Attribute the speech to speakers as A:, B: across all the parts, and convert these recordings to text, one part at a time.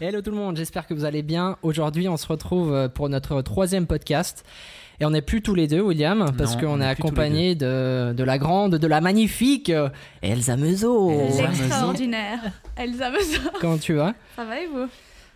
A: Hello tout le monde, j'espère que vous allez bien. Aujourd'hui, on se retrouve euh, pour notre troisième podcast. Et on n'est plus tous les deux, William, parce
B: Non,
A: qu'on
B: on
A: est
B: n'est plus tous
A: accompagné de, de la grande, de la magnifique euh, Elsa Meuseau.
B: Elsa
C: L'extraordinaire Elsa Meuseau.
A: Comment tu vas
C: Ça va et vous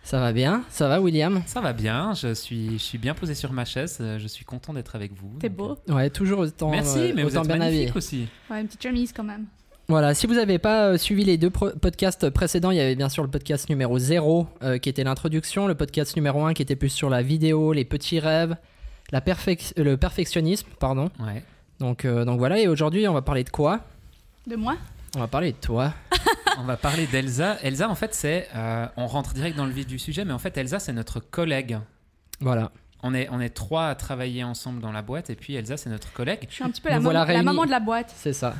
A: Ça va bien Ça va, William
B: Ça va bien, je suis, je suis bien posé sur ma chaise, euh, je suis content d'être avec vous.
C: T'es
B: Donc,
C: beau.
A: Ouais, toujours autant,
B: euh, Merci,
A: euh,
B: mais vous
A: autant
B: êtes
A: bien habillé.
B: magnifique aussi.
C: Ouais, une petite chemise quand même.
A: Voilà, si vous n'avez pas euh, suivi les deux pro- podcasts précédents, il y avait bien sûr le podcast numéro 0 euh, qui était l'introduction, le podcast numéro 1 qui était plus sur la vidéo, les petits rêves, la perfec- euh, le perfectionnisme, pardon.
B: Ouais.
A: Donc, euh, donc voilà, et aujourd'hui on va parler de quoi
C: De moi
A: On va parler de toi.
B: On va parler d'Elsa. Elsa, en fait, c'est. euh, on rentre direct dans le vif du sujet, mais en fait, Elsa, c'est notre collègue.
A: Voilà.
B: On est, on est trois à travailler ensemble dans la boîte, et puis Elsa, c'est notre collègue.
C: Je suis un petit peu la,
A: Nous voilà
C: maman, la
A: réunis.
C: maman de la boîte.
A: C'est ça.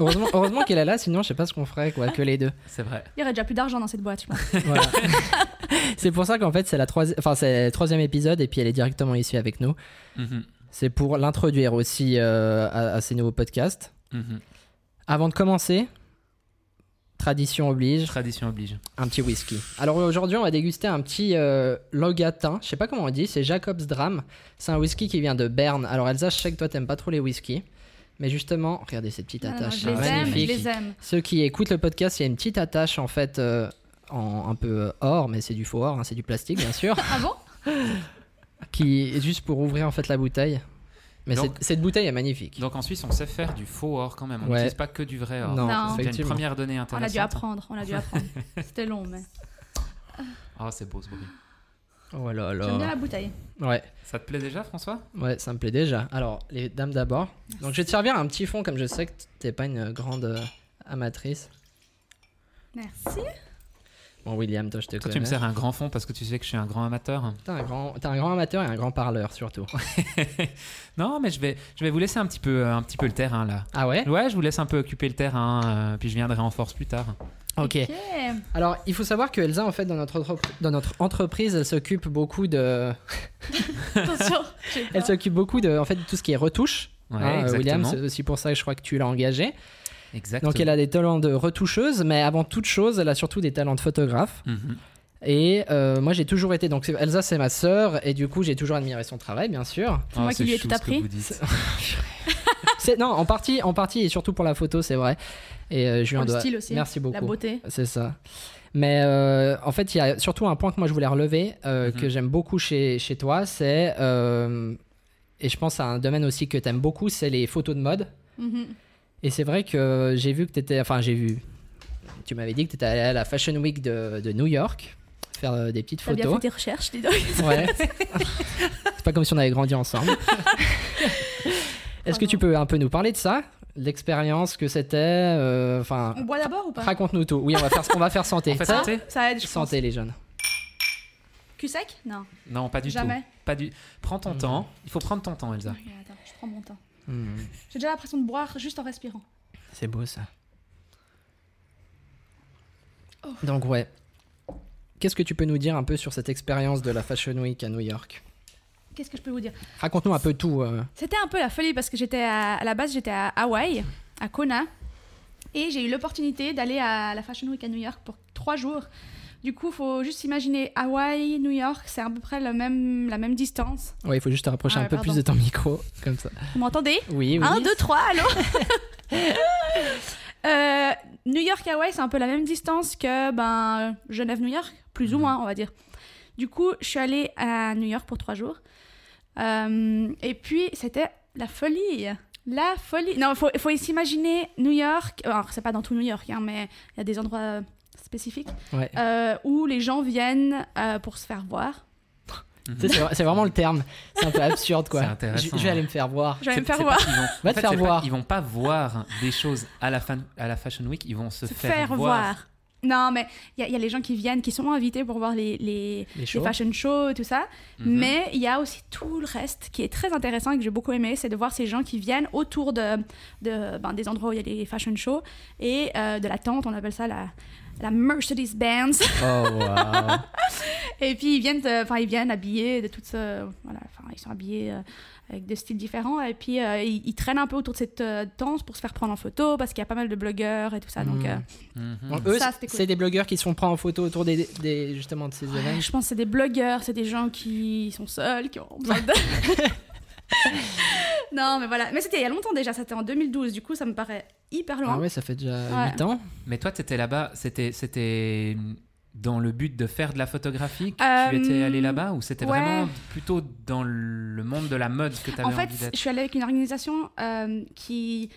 A: Heureusement, heureusement qu'elle est là, sinon je sais pas ce qu'on ferait quoi, que les deux.
B: C'est vrai.
C: Il y aurait déjà plus d'argent dans cette boîte, je pense.
A: Voilà. c'est pour ça qu'en fait c'est la troisi- enfin, c'est le troisième épisode et puis elle est directement ici avec nous.
B: Mhm,
A: C'est pour l'introduire aussi euh, à, à ces nouveaux podcasts.
B: mhm.
A: Avant de commencer, tradition oblige,
B: Tradition oblige.
A: un petit whisky. Alors aujourd'hui on va déguster un petit euh, logatin, je sais pas comment on dit, c'est Jacob's Dram. C'est un whisky qui vient de Berne. Alors Elsa, je sais que toi t'aimes pas trop les whiskies. Mais justement, regardez cette petite
C: Non, non, non,
A: attache.
C: je les aime, je
A: magnifique.
C: les aime.
A: Ceux qui écoutent le podcast, il y a une petite attache en fait euh, en un peu euh, or, mais c'est du faux or, hein, c'est du plastique bien sûr,
C: Ah bon
A: qui est juste pour ouvrir en fait la bouteille. Mais
B: Donc-
A: cette- cette bouteille est magnifique.
B: Donc en Suisse, on sait faire du faux or quand même. On
A: Ouais.
B: n'utilise pas que du vrai or.
A: Non,
C: Non.
B: C'est déjà une
A: effectivement.
B: première donnée
C: On a
B: intéressante.
C: dû apprendre, on a dû apprendre. C'était long, mais.
B: Ah, c'est beau ce bruit.
A: Oh là
C: J'aime bien
A: là.
C: la bouteille.
A: Ouais,
B: Ça te plaît déjà, François
A: ouais, ça me plaît déjà. Alors, les dames d'abord. Donc, je vais te servir un petit fond, comme je sais que t'es pas une grande euh, amatrice.
C: Merci.
A: Bon, William, toi, je te
B: Toi,
A: connais.
B: tu me sers un grand fond parce que tu sais que je suis un grand amateur.
A: T'es un, grand, t'es un grand amateur et un grand parleur, surtout.
B: Non, mais je vais, je vais vous laisser un petit peu, un petit peu le terrain là.
A: Ah ouais
B: Ouais, je vous laisse un peu occuper le terrain, euh, puis je viendrai en force plus tard.
A: Ok.
C: Ok.
A: Alors, il faut savoir que Elsa, en fait, dans notre, entrep- dans notre entreprise, elle s'occupe beaucoup de...
C: Attention. j'ai peur.
A: Elle s'occupe beaucoup de, en fait, de tout ce qui est retouche.
B: Ouais,
A: hein, euh,
B: exactement.
A: William, c'est aussi pour ça que je crois que tu l'as engagée.
B: Exactement.
A: Donc, elle a des talents de retoucheuse, mais avant toute chose, elle a surtout des talents de photographe.
B: Mhm.
A: Et euh, moi, j'ai toujours été. Donc, c'est- Elsa, c'est ma sœur, et du coup, j'ai toujours admiré son travail, bien sûr.
C: C'est moi
B: Oh,
C: qui lui ai
B: chou, ce
C: tout
B: que
C: appris.
B: vous dites.
A: C'est non, en partie, en partie, et surtout pour la photo, c'est vrai. Et euh, je lui en
C: Pour le
A: dois-
C: style aussi.
A: Merci
C: La
A: beaucoup.
C: beauté.
A: C'est ça. Mais euh, en fait, il y a surtout un point que moi je voulais relever, euh, que
B: Mhm.
A: j'aime beaucoup chez, chez toi, c'est. euh, et je pense à un domaine aussi que t'aimes beaucoup, c'est les photos de mode.
C: Mhm.
A: Et c'est vrai que j'ai vu que t'étais. Enfin, j'ai vu. Tu m'avais dit que t'étais allé à la Fashion Week de, de New York faire euh, des petites
C: T'as bien fait
A: photos.
C: tes recherches, dis donc.
A: Ouais. c'est pas comme si on avait grandi ensemble. Est-ce que
C: Pardon.
A: tu peux un peu nous parler de ça L'expérience que c'était euh, Enfin,
C: On boit d'abord ou pas
A: raconte-nous tout. Oui, on va faire, on va faire santé.
B: On fait
A: Ça,
B: santé
C: Ça aide, je pense.
A: santé, les jeunes.
C: Cul sec Non.
B: Non, pas du
C: Jamais.
B: tout. Pas du. Prends ton
A: Mhm.
B: temps. hein. Il faut prendre ton temps, Elsa.
C: Ok, attends, je prends mon temps. J'ai déjà l'impression de boire juste en respirant.
A: Hmm, C'est beau ça.
C: Oh.
A: Donc, ouais. Qu'est-ce que tu peux nous dire un peu sur cette expérience de la Fashion Week à New York
C: Qu'est-ce que je peux vous dire
A: Raconte-nous un peu tout. euh.
C: C'était un peu la folie parce que j'étais à, à la base j'étais à Hawaï, à Kona, et j'ai eu l'opportunité d'aller à la Fashion Week à New York pour trois jours. Du coup, faut juste imaginer Hawaï, New York, c'est à peu près le même, la même distance.
A: Ouais, il faut juste te rapprocher
C: Ah
A: un
C: ouais,
A: peu
C: pardon. Ah.
A: plus de ton micro, comme ça.
C: Vous m'entendez
A: Oui, oui.
C: 1, 2, 3, allô Euh, New York-Hawaï, c'est un peu la même distance que ben, Genève-New York, plus ou moins, on va dire. Du coup, je suis allée à New York pour trois jours. Euh, et puis, c'était la folie. La folie. Non, il faut, faut s'imaginer New York. euh, Alors, c'est pas dans tout New York, hein, mais il y a des endroits euh, spécifiques
A: Ouais.
C: euh, où les gens viennent euh, pour se faire voir.
A: Tu sais, C'est vra- c'est vraiment le terme. C'est un peu absurde, quoi.
B: C'est
A: Je,
B: intéressant,
A: je vais
B: hein.
A: aller me faire voir.
C: Je vais
B: C'est-
C: me faire
B: c'est
C: voir.
B: pas qu'ils vont-
A: Va
B: en
A: te
B: fait,
A: faire
B: c'est pas-
A: voir.
B: Ils vont pas voir des choses à la, fan- à la Fashion Week, ils vont se,
C: se faire, voir. Non, mais il y, a- il y a les gens qui viennent, qui sont invités pour voir les, les,
A: Les
C: les
A: shows.
C: fashion shows et tout ça.
B: Mhm.
C: Mais il y a aussi tout le reste qui est très intéressant et que j'ai beaucoup aimé, c'est de voir ces gens qui viennent autour de, de, ben, des endroits où il y a les fashion shows et euh, de la tente, on appelle ça la, la Mercedes-Benz.
A: Oh, waouh.
C: Et puis ils viennent, euh, enfin ils viennent habillés de toutes, ce- voilà, enfin ils sont habillés euh, avec des styles différents. Et puis euh, ils, ils traînent un peu autour de cette euh, danse pour se faire prendre en photo parce qu'il y a pas mal de blogueurs et tout ça. Donc
A: Mhm.
C: euh,
B: Mhm.
A: Bon, eux,
C: Ça,
A: c'est
C: c'était cool.
A: c'est des blogueurs qui se font prendre en photo autour des, des- justement de ces
C: ouais,
A: événements.
C: je pense que c'est des blogueurs, c'est des gens qui sont seuls, qui ont besoin de... non mais voilà, mais c'était il y a longtemps déjà, c'était en 2012. Du coup ça me paraît hyper loin.
A: Ah ouais, ça fait déjà
C: Ouais.
A: 8 ans.
B: Mais toi, t'étais là-bas, c'était, c'était dans le but de faire de la photographie que tu
C: Euh,
B: étais allé là-bas ou c'était
C: ouais.
B: vraiment plutôt dans le monde de la mode que t'avais
C: En fait,
B: envie d'être
C: je suis allée avec une organisation euh, qui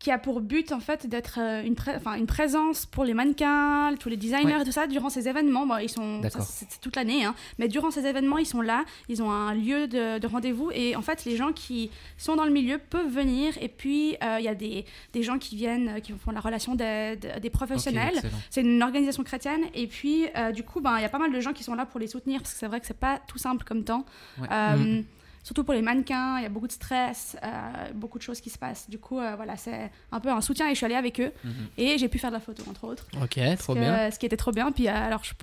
C: qui a pour but en fait d'être euh, une, pré- enfin, une présence pour les mannequins, tous les designers
B: Ouais.
C: et tout ça durant ces événements. Bon, ils sont ça,
B: D'accord.
C: c'est c'est toute l'année, hein. mais durant ces événements, ils sont là, ils ont un lieu de, de rendez-vous et en fait, les gens qui sont dans le milieu peuvent venir. Et puis euh, il y a des, des gens qui viennent, euh, qui font la relation d'aide, des
B: Ok,
C: professionnels.
B: excellent.
C: C'est une organisation chrétienne et puis euh, du coup, ben, il y a pas mal de gens qui sont là pour les soutenir parce que c'est vrai que c'est pas tout simple comme temps.
B: Ouais.
C: Euh,
A: Mm.
C: Surtout pour les mannequins, il y a beaucoup de stress, euh, beaucoup de choses qui se passent. Du coup, euh, voilà, c'est un peu un soutien et je suis allée avec eux
B: Mhm.
C: et j'ai pu faire de la photo entre autres.
A: Ok, Mm-hmm. trop
C: Que-
A: bien.
C: Ce qui était trop bien. Puis euh, alors, je-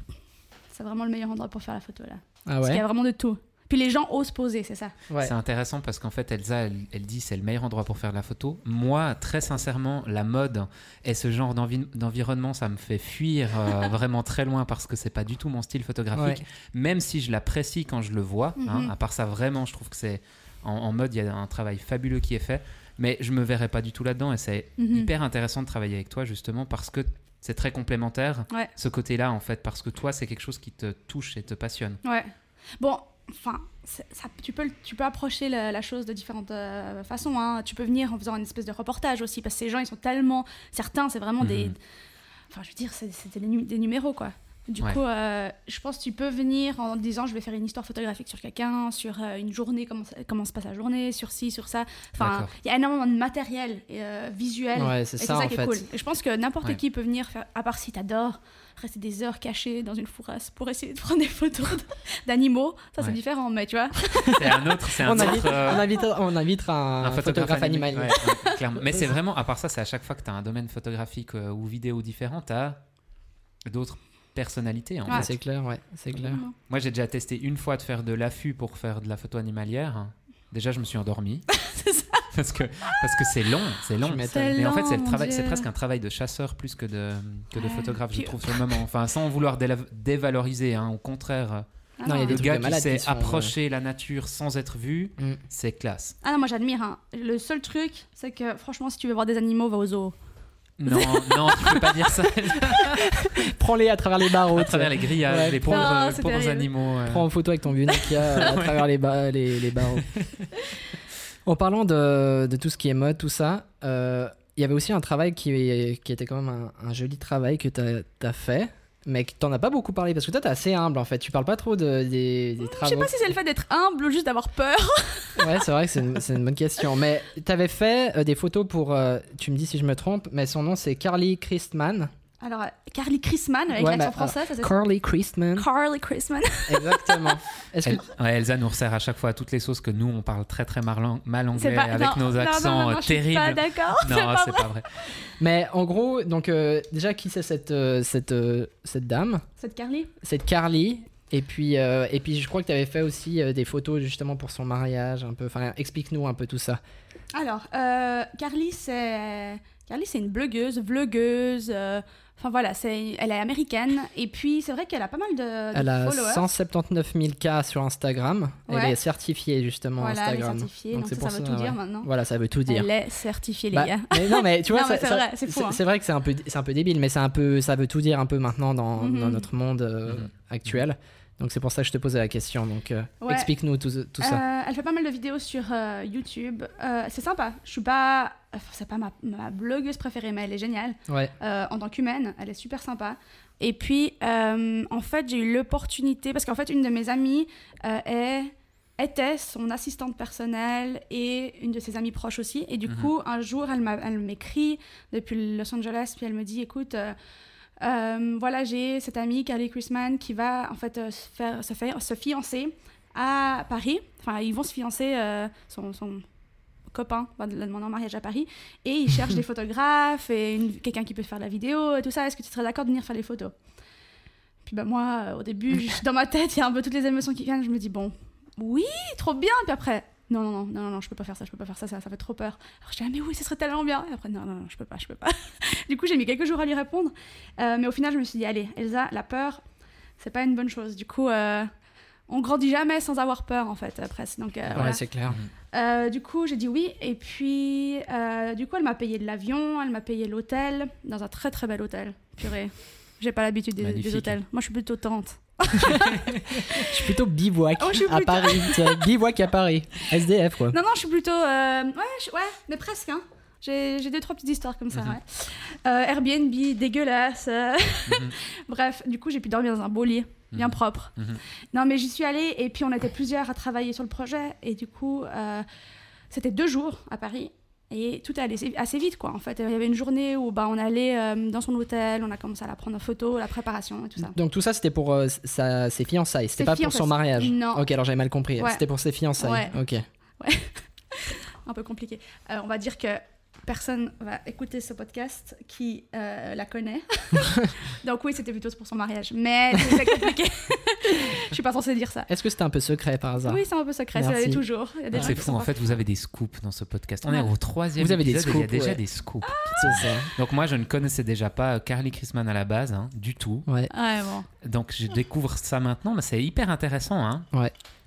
C: c'est vraiment le meilleur endroit pour faire la photo là.
A: Ah
C: Parce qu'il y
A: ouais.
C: a vraiment de tout. Puis les gens osent poser, c'est ça.
A: ouais.
B: C'est intéressant parce qu'en fait, Elsa, elle, elle dit c'est le meilleur endroit pour faire de la photo. Moi, très sincèrement, la mode et ce genre d'envi- d'environnement, ça me fait fuir euh, vraiment très loin parce que c'est pas du tout mon style photographique.
A: Ouais.
B: Même si je l'apprécie quand je le vois. hein.
C: Mhm.
B: à part ça, vraiment, je trouve que c'est en, en mode, il y a un travail fabuleux qui est fait, mais je me verrais pas du tout là-dedans. Et c'est
C: Mhm.
B: hyper intéressant de travailler avec toi justement parce que c'est très complémentaire.
C: Ouais.
B: Ce côté-là, en fait, parce que toi, c'est quelque chose qui te touche et te passionne.
C: Ouais. Bon, enfin, c'est- ça, tu, peux, le- tu peux approcher la, la chose de différentes euh, façons. hein. Tu peux venir en faisant une espèce de reportage aussi, parce que ces gens, ils sont tellement. Certains, c'est vraiment des.
B: Mhm.
C: Enfin, je veux dire, c'est c'est des, nu- des numéros, quoi. Du
B: Ouais.
C: coup, euh, je pense que tu peux venir en disant je vais faire une histoire photographique sur quelqu'un, sur euh, une journée, comment, ça- comment se passe la journée, sur ci, sur ça. Enfin,
B: D'accord.
C: il y a énormément de matériel et, euh, visuel.
A: Ouais,
C: Et
A: c'est
C: c'est
A: ça,
C: ça,
A: en
C: qui
A: fait.
C: est cool. Et je pense que n'importe
B: Ouais.
C: qui peut venir, faire, à part si t'adores, rester des heures cachées dans une fourrasse pour essayer de prendre des photos d'animaux. Ça,
B: Ouais.
C: c'est différent, mais tu vois.
B: C'est un autre, c'est un
A: On
B: autre.
A: invite,
B: euh,
A: on invite- on invitera un, photographe
B: animé.
A: animalier.
B: Ouais, ouais, clairement. Mais c'est vraiment, à part ça, c'est à chaque fois que tu as un domaine photographique euh, ou vidéo différent, tu as d'autres personnalités. en
C: Ouais.
B: fait.
A: C'est clair, ouais, c'est clair.
B: Moi, j'ai déjà testé une fois de faire de l'affût pour faire de la photo animalière. Déjà, je me suis endormi.
C: C'est ça.
B: Parce que parce que c'est long, c'est long.
A: Tu
B: Mais
A: m'étonnes.
C: C'est
B: en fait,
C: lent,
B: c'est le
C: mon
B: travail,
C: Dieu.
B: c'est presque un travail de chasseur plus que de que de
C: Ouais.
B: photographe, je
C: Puis-
B: trouve, sur le moment. Enfin, sans vouloir déla- dévaloriser, hein, au contraire.
C: Ah
A: Non, il y a
C: non.
A: des
B: Le
A: trucs
B: gars
A: de
B: qui
A: malades
B: sait
A: qui sont, euh,
B: approcher la nature sans être vu,
A: Mm.
B: c'est classe.
C: Ah non, moi j'admire. hein. Le seul truc, c'est que franchement, si tu veux voir des animaux, va au zoo.
B: Non, non, tu peux pas dire ça.
A: Prends-les à travers les barreaux.
B: à travers les grillages,
A: Ouais.
B: les pauvres,
C: Non,
B: les
C: c'est
B: pauvres
C: terrible.
B: animaux. euh.
A: Prends en photo avec ton vieux Nokia euh, à travers les, ba- les, les barreaux. en parlant de, de tout ce qui est mode, tout ça, euh, il y avait aussi un travail qui, qui était quand même un, un joli travail que tu as, fait, mais que t'en as pas beaucoup parlé parce que toi t'es assez humble en fait. Tu parles pas trop de, des, des
C: Je sais
A: travaux.
C: pas si c'est le fait d'être humble ou juste d'avoir peur.
A: Ouais, c'est vrai que c'est une, c'est une bonne question. Mais t'avais fait euh, des photos pour, euh, tu me dis si je me trompe, mais son nom c'est Carly Christman.
C: Alors, euh, Carly Chrisman, avec
A: Ouais,
C: l'accent
A: mais,
C: français, ça c'est.
A: Carly Christman.
C: Carly Chrisman.
A: Exactement. Est-ce que
B: Elle- ouais, Elsa nous resserre à chaque fois à toutes les sauces que nous on parle très très marlan- mal anglais
C: C'est pas-
B: avec
C: non,
B: nos
C: non, non,
B: accents
C: non,
B: euh,
C: non, je suis pas
B: terribles.
C: d'accord.
B: Non,
C: c'est pas
B: c'est
C: vrai.
B: pas vrai.
A: Mais en gros, donc euh, déjà, qui c'est cette, euh, cette, euh, cette dame
C: Cette Carly
A: Cette Carly et puis, euh, et puis, je crois que tu avais fait aussi euh, des photos justement pour son mariage, un peu. Enfin, explique-nous un peu tout ça.
C: Alors, euh, Carly, c'est Carly, c'est une blogueuse, vlogueuse. euh, Enfin voilà, c'est elle est américaine et puis c'est vrai qu'elle a pas mal de, de
A: Elle a
C: followers.
A: 179 000 cas sur Instagram. Elle
C: Ouais.
A: est certifiée justement
C: Voilà, elle est
A: Instagram.
C: certifiée, donc,
A: c'est
C: ça,
A: pour
C: ça veut tout dire
A: ouais.
C: maintenant.
A: Voilà, ça veut tout dire.
C: Elle est certifiée,
A: Bah,
C: les gars.
A: mais non, mais tu vois,
C: Non, mais
A: ça-
C: c'est
A: ça-
C: vrai, c'est fou, hein.
A: c'est vrai que c'est un peu, c'est un peu débile, mais c'est un peu, ça veut tout dire un peu maintenant dans,
C: Mhm.
A: dans notre monde euh,
B: Mhm.
A: actuel. Donc c'est pour ça que je te posais la question. Donc euh,
C: Ouais.
A: explique-nous tout, tout ça.
C: Euh, elle fait pas mal de vidéos sur euh, YouTube. Euh, c'est sympa. Je suis pas, enfin, c'est pas ma, ma blogueuse préférée, mais elle est géniale.
A: Ouais.
C: Euh, en tant qu'humaine, elle est super sympa. Et puis, euh, en fait, j'ai eu l'opportunité, parce qu'en fait, une de mes amies euh, est- était son assistante personnelle et une de ses amies proches aussi. Et du
B: Mhm.
C: coup, un jour, elle m'a- elle m'écrit depuis Los Angeles, puis elle me dit, écoute, euh, euh, voilà, j'ai cette amie, Carly Chrisman, qui va en fait euh, se, faire, se, faire- se fiancer à Paris. Enfin, ils vont se fiancer, euh, son, son copain va le demander en mariage à Paris. Et ils cherchent des photographes et une- quelqu'un qui peut faire de la vidéo et tout ça. Est-ce que tu serais d'accord de venir faire les photos Puis bah, moi, euh, au début, je- dans ma tête, il y a un peu toutes les émotions qui viennent. Je me dis, bon, oui, trop bien. Puis après, non, non, non, non, non, non, je peux pas faire ça, je peux pas faire ça, ça, ça fait trop peur. Alors je dis, ah, mais oui, ce serait tellement bien. Et après, non, non, non, je peux pas, je peux pas. du coup, j'ai mis quelques jours à lui répondre. Euh, mais au final, je me suis dit, allez, Elsa, la peur, c'est pas une bonne chose. Du coup, euh, on grandit jamais sans avoir peur, en fait, après. Donc, euh,
A: Ouais,
C: voilà.
A: c'est clair.
C: Euh, du coup, j'ai dit oui. Et puis, euh, du coup, elle m'a payé de l'avion, elle m'a payé l'hôtel, dans un très très bel hôtel. Purée, j'ai pas l'habitude des, des
B: Magnifique.
C: hôtels. Moi, je suis plutôt tente.
A: Je suis plutôt bivouac
C: Oh, je suis
A: à
C: plutôt-
A: Paris. tu vois, bivouac à Paris. SDF, quoi.
C: Non, non, je suis plutôt. euh, ouais, je- ouais, mais presque, hein. J'ai j'ai deux, trois petites histoires comme ça,
B: Mhm.
C: ouais. Euh, Airbnb, dégueulasse. euh,
B: Mhm.
C: Bref, du coup, j'ai pu dormir dans un beau lit, bien
B: Mhm.
C: propre.
B: Mhm.
C: Non, mais j'y suis allée, et puis on était plusieurs à travailler sur le projet, et du coup, euh, c'était deux jours à Paris. Et tout est allé assez vite, quoi. En fait, il y avait une journée où bah, on allait euh, dans son hôtel, on a commencé à la prendre en photo, la préparation et tout ça.
A: Donc tout ça, c'était pour euh, sa- ses fiançailles. C'était
C: Ses
A: pas pour son
C: fiançailles.
A: mariage.
C: Non.
A: Ok, alors j'avais mal compris.
C: Ouais.
A: C'était pour ses fiançailles. Ok.
C: un peu compliqué. Euh, on va dire que personne va écouter ce podcast qui euh, la connaît. Donc oui, c'était plutôt pour son mariage, mais c'était compliqué. Je suis pas censée dire ça.
A: Est-ce que c'était un peu secret par hasard
C: Oui, c'est un peu secret, ça
A: Merci. Ah,
C: l'est toujours. Il y a des gens
B: C'est
C: qui
B: fou,
C: sont
B: en
C: pas-
B: fait, vous avez des scoops dans ce podcast. On est
C: Ouais.
B: au troisième
A: Vous avez des
B: épisode et il y a
A: scoops,
B: déjà
A: ouais.
B: des scoops.
A: C'est ça.
B: Donc moi, je ne connaissais déjà pas euh, Carly Chrisman à la base, hein, du tout.
A: Ouais.
C: Ouais, bon.
B: Donc je découvre ça maintenant, mais c'est hyper intéressant. Hein.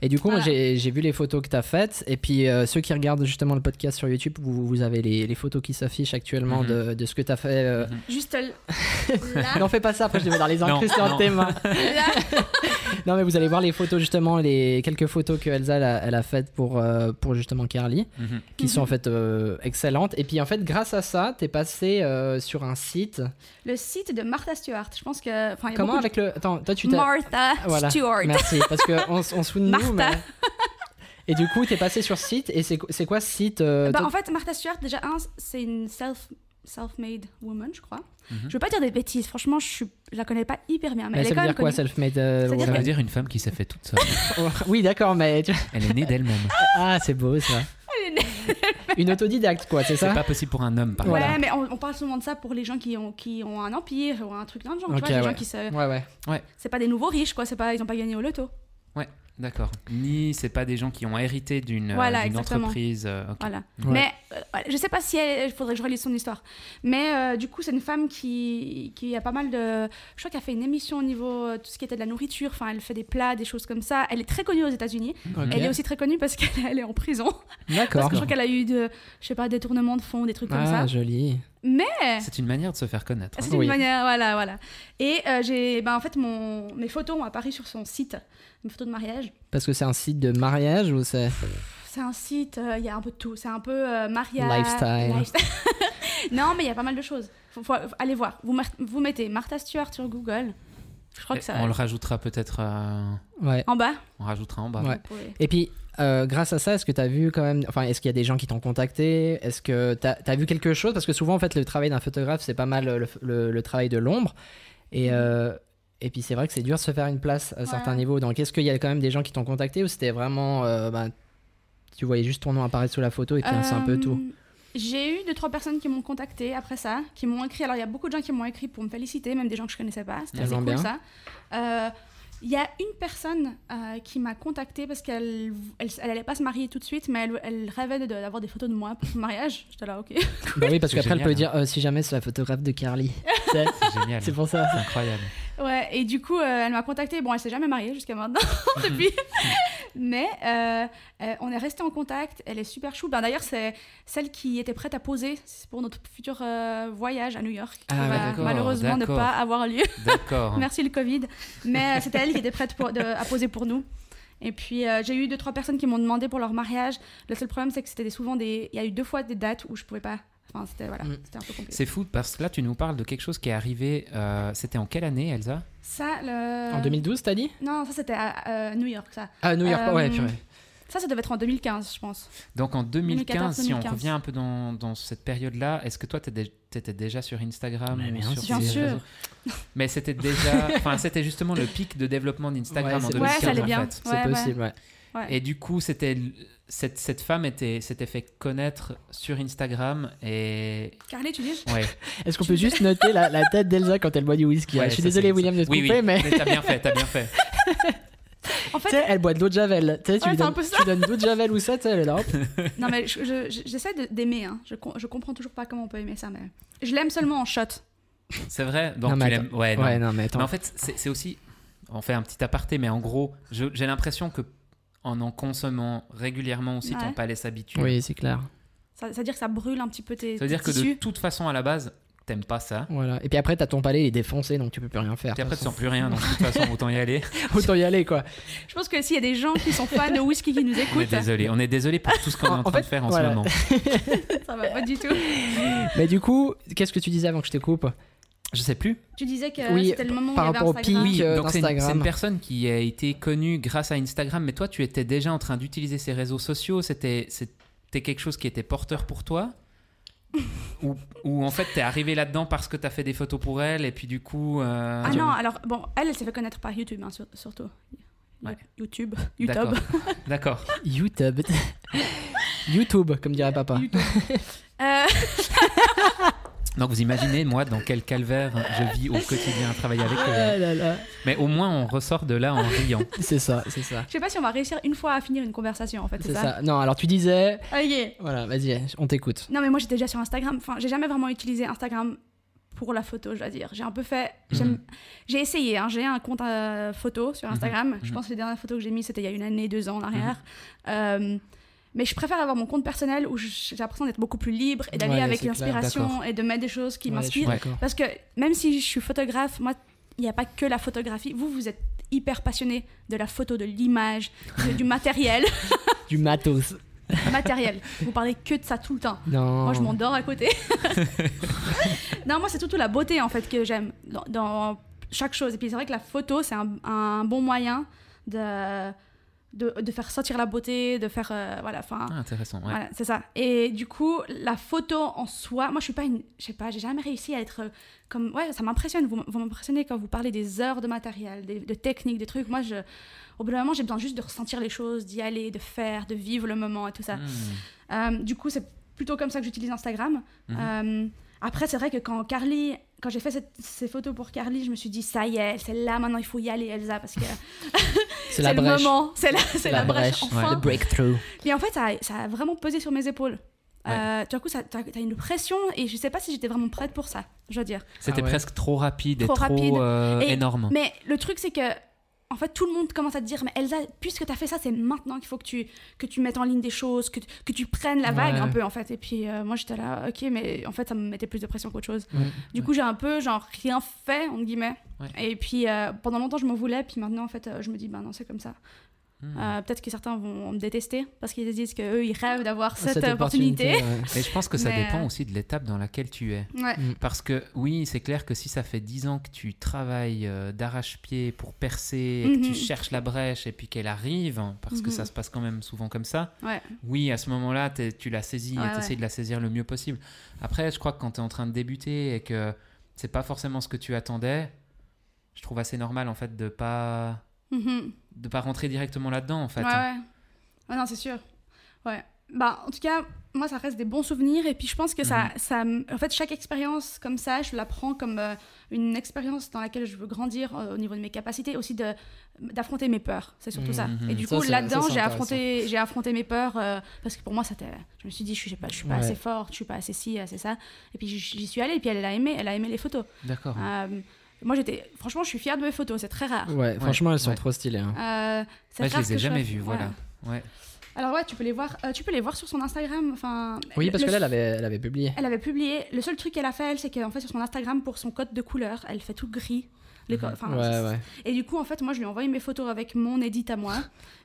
A: Et du coup, moi,
C: Voilà.
A: j'ai j'ai vu les photos que tu as faites. Et puis, euh, ceux qui regardent justement le podcast sur YouTube, vous, vous avez les, les photos qui s'affichent actuellement
B: Mhm.
A: de, de ce que tu as fait. euh.
C: Juste l- là,
A: N'en fais pas ça, après, je vais dans les incruster
B: Non,
A: en
B: non.
A: tes mains.
C: là.
A: Non, mais vous allez voir les photos, justement, les quelques photos que Elsa elle a, elle a faites pour, euh, pour justement Carly,
B: Mhm.
A: qui sont en fait euh, excellentes. Et puis, en fait, grâce à ça, t'es passé euh, sur un site.
C: le site de Martha Stewart. Je pense que. enfin, il y a
A: Comment
C: beaucoup de-
A: avec le. Attends, toi, tu t'as.
C: Martha
A: Voilà.
C: Stewart.
A: Merci, parce qu'on on se fout de nous, mais.
C: Martha.
A: Et du coup, t'es passé sur site. Et c'est c'est quoi ce site euh,
C: Bah,
A: toi-
C: en fait, Martha Stewart, déjà, un, c'est une self, self-made woman, je crois.
B: Mhm.
C: Je veux pas dire des bêtises, franchement, je, suis, je la connais pas hyper bien, mais,
A: Mais
C: elle
A: ça veut
C: est quand
A: dire
C: même
A: quoi,
C: connue.
A: self-made euh,
C: Ça veut dire
B: Ça
A: woman
B: veut dire une femme qui s'est fait toute seule.
A: Oui, d'accord, mais. tu-
B: Elle est née d'elle-même.
A: Ah, c'est beau ça.
C: Elle est née.
A: Une autodidacte, quoi, c'est
B: C'est
A: ça
B: pas possible pour un homme, par
A: Ouais.
B: exemple.
A: Voilà.
C: Ouais, mais on, on parle souvent de ça pour les gens qui ont, qui ont un empire ou un truc dans le genre.
A: Ok,
C: tu vois, les
A: ouais.
C: gens qui se.
A: Ouais, ouais.
C: C'est pas des nouveaux riches, quoi. C'est pas, ils ont pas gagné au loto.
B: D'accord. Ni c'est pas des gens qui ont hérité d'une euh,
C: Voilà,
B: d'une
C: exactement.
B: entreprise. euh, ok.
C: Voilà.
A: Ouais.
C: Mais euh, ouais, je sais pas si elle. Il faudrait que je relise son histoire. Mais euh, du coup, c'est une femme qui, qui a pas mal de. Je crois qu'elle a fait une émission au niveau euh, tout ce qui était de la nourriture. Enfin, elle fait des plats, des choses comme ça. Elle est très connue aux États-Unis.
A: Ok.
C: Elle est aussi très connue parce qu'elle est en prison. Parce
A: D'accord.
C: que je crois qu'elle a eu de. Je sais pas, détournement de fonds, des trucs comme ça.
A: Ah, joli.
B: C'est une manière de se faire connaître.
C: Ah, C'est
B: hein.
C: une
A: Oui.
C: manière, voilà, voilà. Et euh, j'ai, ben, en fait, mon, mes photos ont apparu sur son site, mes photos de mariage.
A: Parce que c'est un site de mariage ou c'est.
C: Pff, C'est un site, euh, il y a un peu de tout. C'est un peu euh, mariage.
A: Lifestyle.
C: lifestyle. non, mais il y a pas mal de choses. Faut, faut- faut- allez voir. Vous, mar- vous mettez Martha Stewart sur Google. Je crois
B: Et
C: que ça.
B: On le rajoutera peut-être. euh,
A: Ouais.
C: En bas.
B: on rajoutera en bas.
A: Ouais.
C: vous pouvez-
A: Et puis, euh, grâce à ça, est-ce que t'as vu quand même. Enfin, est-ce qu'il y a des gens qui t'ont contacté Est-ce que t'as as vu quelque chose Parce que souvent, en fait, le travail d'un photographe, c'est pas mal euh, le, le- le travail de l'ombre. Et.
B: Mm.
A: euh, Et puis c'est vrai que c'est dur de se faire une place à certains niveaux. Donc est-ce qu'il y a quand même des gens qui t'ont contacté ou c'était vraiment. euh, bah, tu voyais juste ton nom apparaître sous la photo et puis c'est un peu
C: Euh,
A: tout
C: J'ai eu deux, trois personnes qui m'ont contacté après ça, qui m'ont écrit. Alors, il y a beaucoup de gens qui m'ont écrit pour me féliciter, même des gens que je connaissais pas. C'était assez
A: Tellement
C: cool,
A: bien.
C: ça. Euh, Il y a une personne euh, qui m'a contactée parce qu'elle elle, elle allait pas se marier tout de suite, mais elle, elle rêvait de- d'avoir des photos de moi pour son mariage. J'étais là, ok.
A: Bah oui, parce qu'après,
B: C'est
A: elle
B: génial,
A: peut
B: hein.
A: dire euh, si jamais c'est la photographe de Carly. C'est-
B: C'est génial.
A: c'est
B: C'est
A: pour ça.
B: incroyable.
C: Ouais, et du coup, euh, elle m'a contactée. Bon, elle s'est jamais mariée jusqu'à maintenant, depuis. Mais euh, euh, on est resté en contact. Elle est super chou. Ben, D'ailleurs, c'est celle qui était prête à poser pour notre futur euh, voyage à New York. qui
A: Ah ouais, Ah.
C: va
B: d'accord,
C: malheureusement ne
B: d'accord.
C: pas avoir lieu.
B: D'accord.
C: Merci le Covid. Mais euh, c'était elle qui était prête pour- de- à poser pour nous. Et puis euh, j'ai eu deux trois personnes qui m'ont demandé pour leur mariage. Le seul problème c'est que c'était souvent des. Il y a eu deux fois des dates où je pouvais pas. Enfin c'était voilà,
A: Mm.
C: c'était un peu compliqué.
B: C'est fou parce que là, tu nous parles de quelque chose qui est arrivé. euh, C'était en quelle année, Elsa
C: Ça le.
A: En 2012, t'as dit
C: Non ça c'était à euh, New York ça.
A: Ah, New York,
C: Euh,
A: ouais, purée.
C: Ça ça devait être en 2015 je pense.
B: Donc en 2015,
C: 2014,
B: si on
C: 2015.
B: revient un peu dans, dans cette période-là, est-ce que toi, t'es dé- t'étais déjà sur Instagram
A: Mais
B: ou
A: bien
B: sur
A: sûr.
B: tes
C: Bien sûr.
B: réseaux Mais c'était déjà, enfin, c'était justement le pic de développement d'Instagram
A: Ouais,
B: en
A: c'est-
B: 2015
A: Ouais,
C: ça allait
B: en
C: bien.
B: fait.
A: C'est
C: Ouais, ouais.
A: possible, ouais.
C: Ouais.
B: Et du coup, c'était cette, cette femme était s'était fait connaître sur Instagram et
C: Carnet, tu dis
B: ouais.
A: Est-ce qu'on peut juste noter la, la tête d'Elsa quand elle boit du whisky
B: Ouais,
A: Je suis
B: ça,
A: désolé,
B: c'est-
A: William, de te
B: oui,
A: couper,
B: oui.
A: mais.
B: t'as bien fait, t'as bien fait.
C: En fait,
A: Tu sais, elle boit de l'eau de Javel. Tu sais, tu
C: Ouais,
A: lui
C: c'est un
A: donnes,
C: peu ça.
A: tu donnes de l'eau de Javel ou ça, tu sais, elle est là. hop.
C: Non, mais je- je- je- j'essaie de- d'aimer. Hein. Je, com- je comprends toujours pas comment on peut aimer ça, mais je l'aime seulement en shot.
B: C'est vrai. Donc
A: Non, mais
B: tu l'aimes. Ouais, non.
A: Ouais, non, mais attends.
B: Mais en fait, c'est c'est aussi. On fait un petit aparté, mais en gros, je- j'ai l'impression que en en consommant régulièrement aussi, ton
C: Ouais.
B: palais s'habitue.
A: oui, c'est clair.
C: Ça, ça veut dire que ça brûle un petit peu tes,
B: Ça veut dire
C: tes
B: que de
C: tissus.
B: toute façon, à la base, t'aimes pas ça.
A: Voilà. Et puis après, t'as ton palais, il est défoncé, donc tu peux plus rien faire. de
B: Puis après,
A: toute
B: tu sens plus rien, donc de toute façon, autant y aller.
A: façon. Autant y aller, quoi.
C: Je pense que s'il y a des gens qui sont fans de whisky qui nous
B: On est
C: écoutent,
B: désolé, on est désolé pour tout ce qu'on est
A: En
B: en train de
A: fait,
B: faire en
A: voilà.
B: ce moment.
C: ça va pas du tout.
A: Mais du coup, qu'est-ce que tu disais avant que je te coupe
B: Je sais plus.
C: Tu disais que
A: Oui,
C: c'était le moment où il y
A: par
C: avait
A: rapport au
C: Instagram.
A: pic.
B: Oui,
A: euh,
B: donc c'est une,
A: d'Instagram.
B: c'est une personne qui a été connue grâce à Instagram, mais toi, tu étais déjà en train d'utiliser ces réseaux sociaux. C'était c'était quelque chose qui était porteur pour toi ou, ou en fait, t'es arrivé là-dedans parce que t'as fait des photos pour elle, et puis du coup. euh,
C: Ah non, alors bon, elle, elle s'est fait connaître par YouTube hein, sur- surtout.
B: Ouais.
C: YouTube,
B: D'accord.
C: YouTube.
B: D'accord.
A: YouTube. YouTube, comme dirait papa.
C: Euh,
B: Donc vous imaginez, moi, dans quel calvaire je vis au quotidien à travailler avec
A: Ah
C: Euh.
B: elle.
A: là là.
B: Mais au moins, on ressort de là en riant.
A: C'est ça, c'est ça.
C: je sais pas si on va réussir une fois à finir une conversation en fait, c'est
A: C'est
C: ça.
A: ça. Non, alors tu disais.
C: Ok.
A: Voilà, vas-y, on t'écoute.
C: Non mais moi j'étais déjà sur Instagram. Enfin, j'ai jamais vraiment utilisé Instagram pour la photo, je dois dire. J'ai un peu fait.
A: Mhm.
C: j'aime- J'ai essayé. hein. J'ai un compte euh, photo sur Instagram. Je
B: Mhm.
C: pense que les dernières photos que j'ai mises c'était il y a une année, deux ans en arrière.
A: Mhm.
C: Euh, mais je préfère avoir mon compte personnel où je- j'ai l'impression d'être beaucoup plus libre et d'aller
A: Ouais,
C: avec
A: c'est clair,
C: l'inspiration et de mettre des choses qui
A: Ouais, je suis
C: m'inspirent.
A: d'accord.
C: Parce que même si je suis photographe, moi, il n'y a pas que la photographie. Vous, vous êtes hyper passionné de la photo, de l'image, de- du matériel.
A: Du matos.
C: matériel. Vous parlez que de ça tout le temps.
A: Non.
C: Moi,
B: Oh.
C: je m'endors à côté. non, moi, c'est surtout la beauté, en fait, que j'aime dans, dans chaque chose. Et puis, c'est vrai que la photo, c'est un, un bon moyen de, de, de faire sortir la beauté, de faire... euh, voilà, enfin...
B: Ah, intéressant. ouais.
C: Voilà, c'est ça. Et du coup, la photo en soi, moi je suis pas une. Je sais pas, j'ai jamais réussi à être euh, comme. Ouais, ça m'impressionne. Vous, m- vous m'impressionnez quand vous parlez des heures de matériel, des- de techniques, des trucs. Moi, je, au bout d'un moment, j'ai besoin juste de ressentir les choses, d'y aller, de faire, de vivre le moment et tout ça.
B: Hmm.
C: Euh, du coup, c'est plutôt comme ça que j'utilise Instagram.
B: Mhm.
C: Euh, après, c'est vrai que quand Carly. Quand j'ai fait cette- ces photos pour Carly, je me suis dit, ça y est, c'est là, maintenant il faut y aller, Elsa, parce que
A: C'est
C: c'est
A: la
C: le
A: brèche.
C: moment, c'est la, c'est la, brèche, enfin.
A: Le breakthrough.
C: Et en fait, ça a, ça a vraiment pesé sur mes épaules.
B: Ouais.
C: Euh, tout à coup, ça- t'as t'as une pression et je sais pas si j'étais vraiment prête pour ça, je veux dire.
B: C'était
A: Ah ouais.
B: presque trop rapide et
C: Trop
B: trop,
C: rapide.
B: euh,
C: Et-
A: Hein.
B: énorme.
C: Mais le truc, c'est que, en fait, tout le monde commence à te dire Mais Elsa, puisque t'as fait ça, c'est maintenant qu'il faut que tu, que tu mettes en ligne des choses, que, tu- que tu prennes la vague
A: Ouais.
C: un peu, en fait. Et puis, euh, moi, j'étais là, ok, mais en fait, ça me mettait plus de pression qu'autre chose.
A: Ouais.
C: Du coup, j'ai un peu, genre, rien fait, entre guillemets.
B: Ouais.
C: Et puis, euh, pendant longtemps, je m'en voulais, puis maintenant, en fait, euh, je me dis Ben non, c'est comme ça.
B: Hmm.
C: Euh, Peut-être que certains vont me détester parce qu'ils se disent qu'eux, ils rêvent d'avoir cette,
A: Cette,
C: opportunité.
A: opportunité. ouais.
B: Et je pense que ça
C: Mais,
B: dépend
C: euh,
B: aussi de l'étape dans laquelle tu es.
C: Ouais.
B: Parce que oui, c'est clair que si ça fait 10 ans que tu travailles euh, d'arrache-pied pour percer, et que
C: Mhm.
B: tu cherches la brèche et puis qu'elle arrive, hein, parce que
C: Mhm.
B: ça se passe quand même souvent comme ça,
C: Ouais.
B: oui, à ce moment-là, t'es- tu la saisis
C: Ouais,
B: et tu
C: ouais.
B: de la saisir le mieux possible. Après, je crois que quand tu es en train de débuter et que c'est pas forcément ce que tu attendais, je trouve assez normal en fait de pas
A: Mm-hmm.
C: Mhm.
B: de pas rentrer directement là-dedans en fait. hein.
C: Ouais, ouais. Ah non, c'est sûr. Ouais. Bah, en tout cas, moi, ça reste des bons souvenirs. Et puis, je pense que
B: Mhm.
C: ça, ça. m- En fait, chaque expérience comme ça, je la prends comme euh, une expérience dans laquelle je veux grandir euh, au niveau de mes capacités, aussi de d'affronter mes peurs. C'est surtout ça.
B: Mhm.
C: Et du
A: Ça,
C: coup,
A: c'est- ça,
C: là-dedans,
A: c'est
C: j'ai
A: intéressant.
C: affronté, j'ai affronté mes peurs euh, parce que pour moi, c'était. Je me suis dit, je suis, je sais pas, je suis pas
A: Ouais.
C: assez forte, je suis pas assez ci, assez ça. Et puis, j'y j'y suis allée. Et puis, elle a aimé, elle a aimé les photos.
B: D'accord.
C: Euh, moi, j'étais. Franchement, je suis fière de mes photos. C'est très rare.
A: Ouais, franchement, elles sont
B: ouais.
A: trop stylées. hein.
C: Euh, c'est
B: Moi, je
C: rare
B: les ai
C: que
B: jamais
C: fasse-
B: vues, voilà. Ouais.
C: alors ouais, tu peux les voir. euh, tu peux les voir sur son Instagram. Enfin.
A: Oui,
C: le-
A: parce
C: le-
A: que là, elle avait, elle avait publié.
C: elle avait publié. Le seul truc qu'elle a fait, elle, c'est qu'en fait sur son Instagram pour son code de couleur, elle fait tout gris. Le co- enfin,
A: Mhm. ouais, ouais.
C: Et du coup, en fait, moi, je lui ai envoyé mes photos avec mon edit à moi.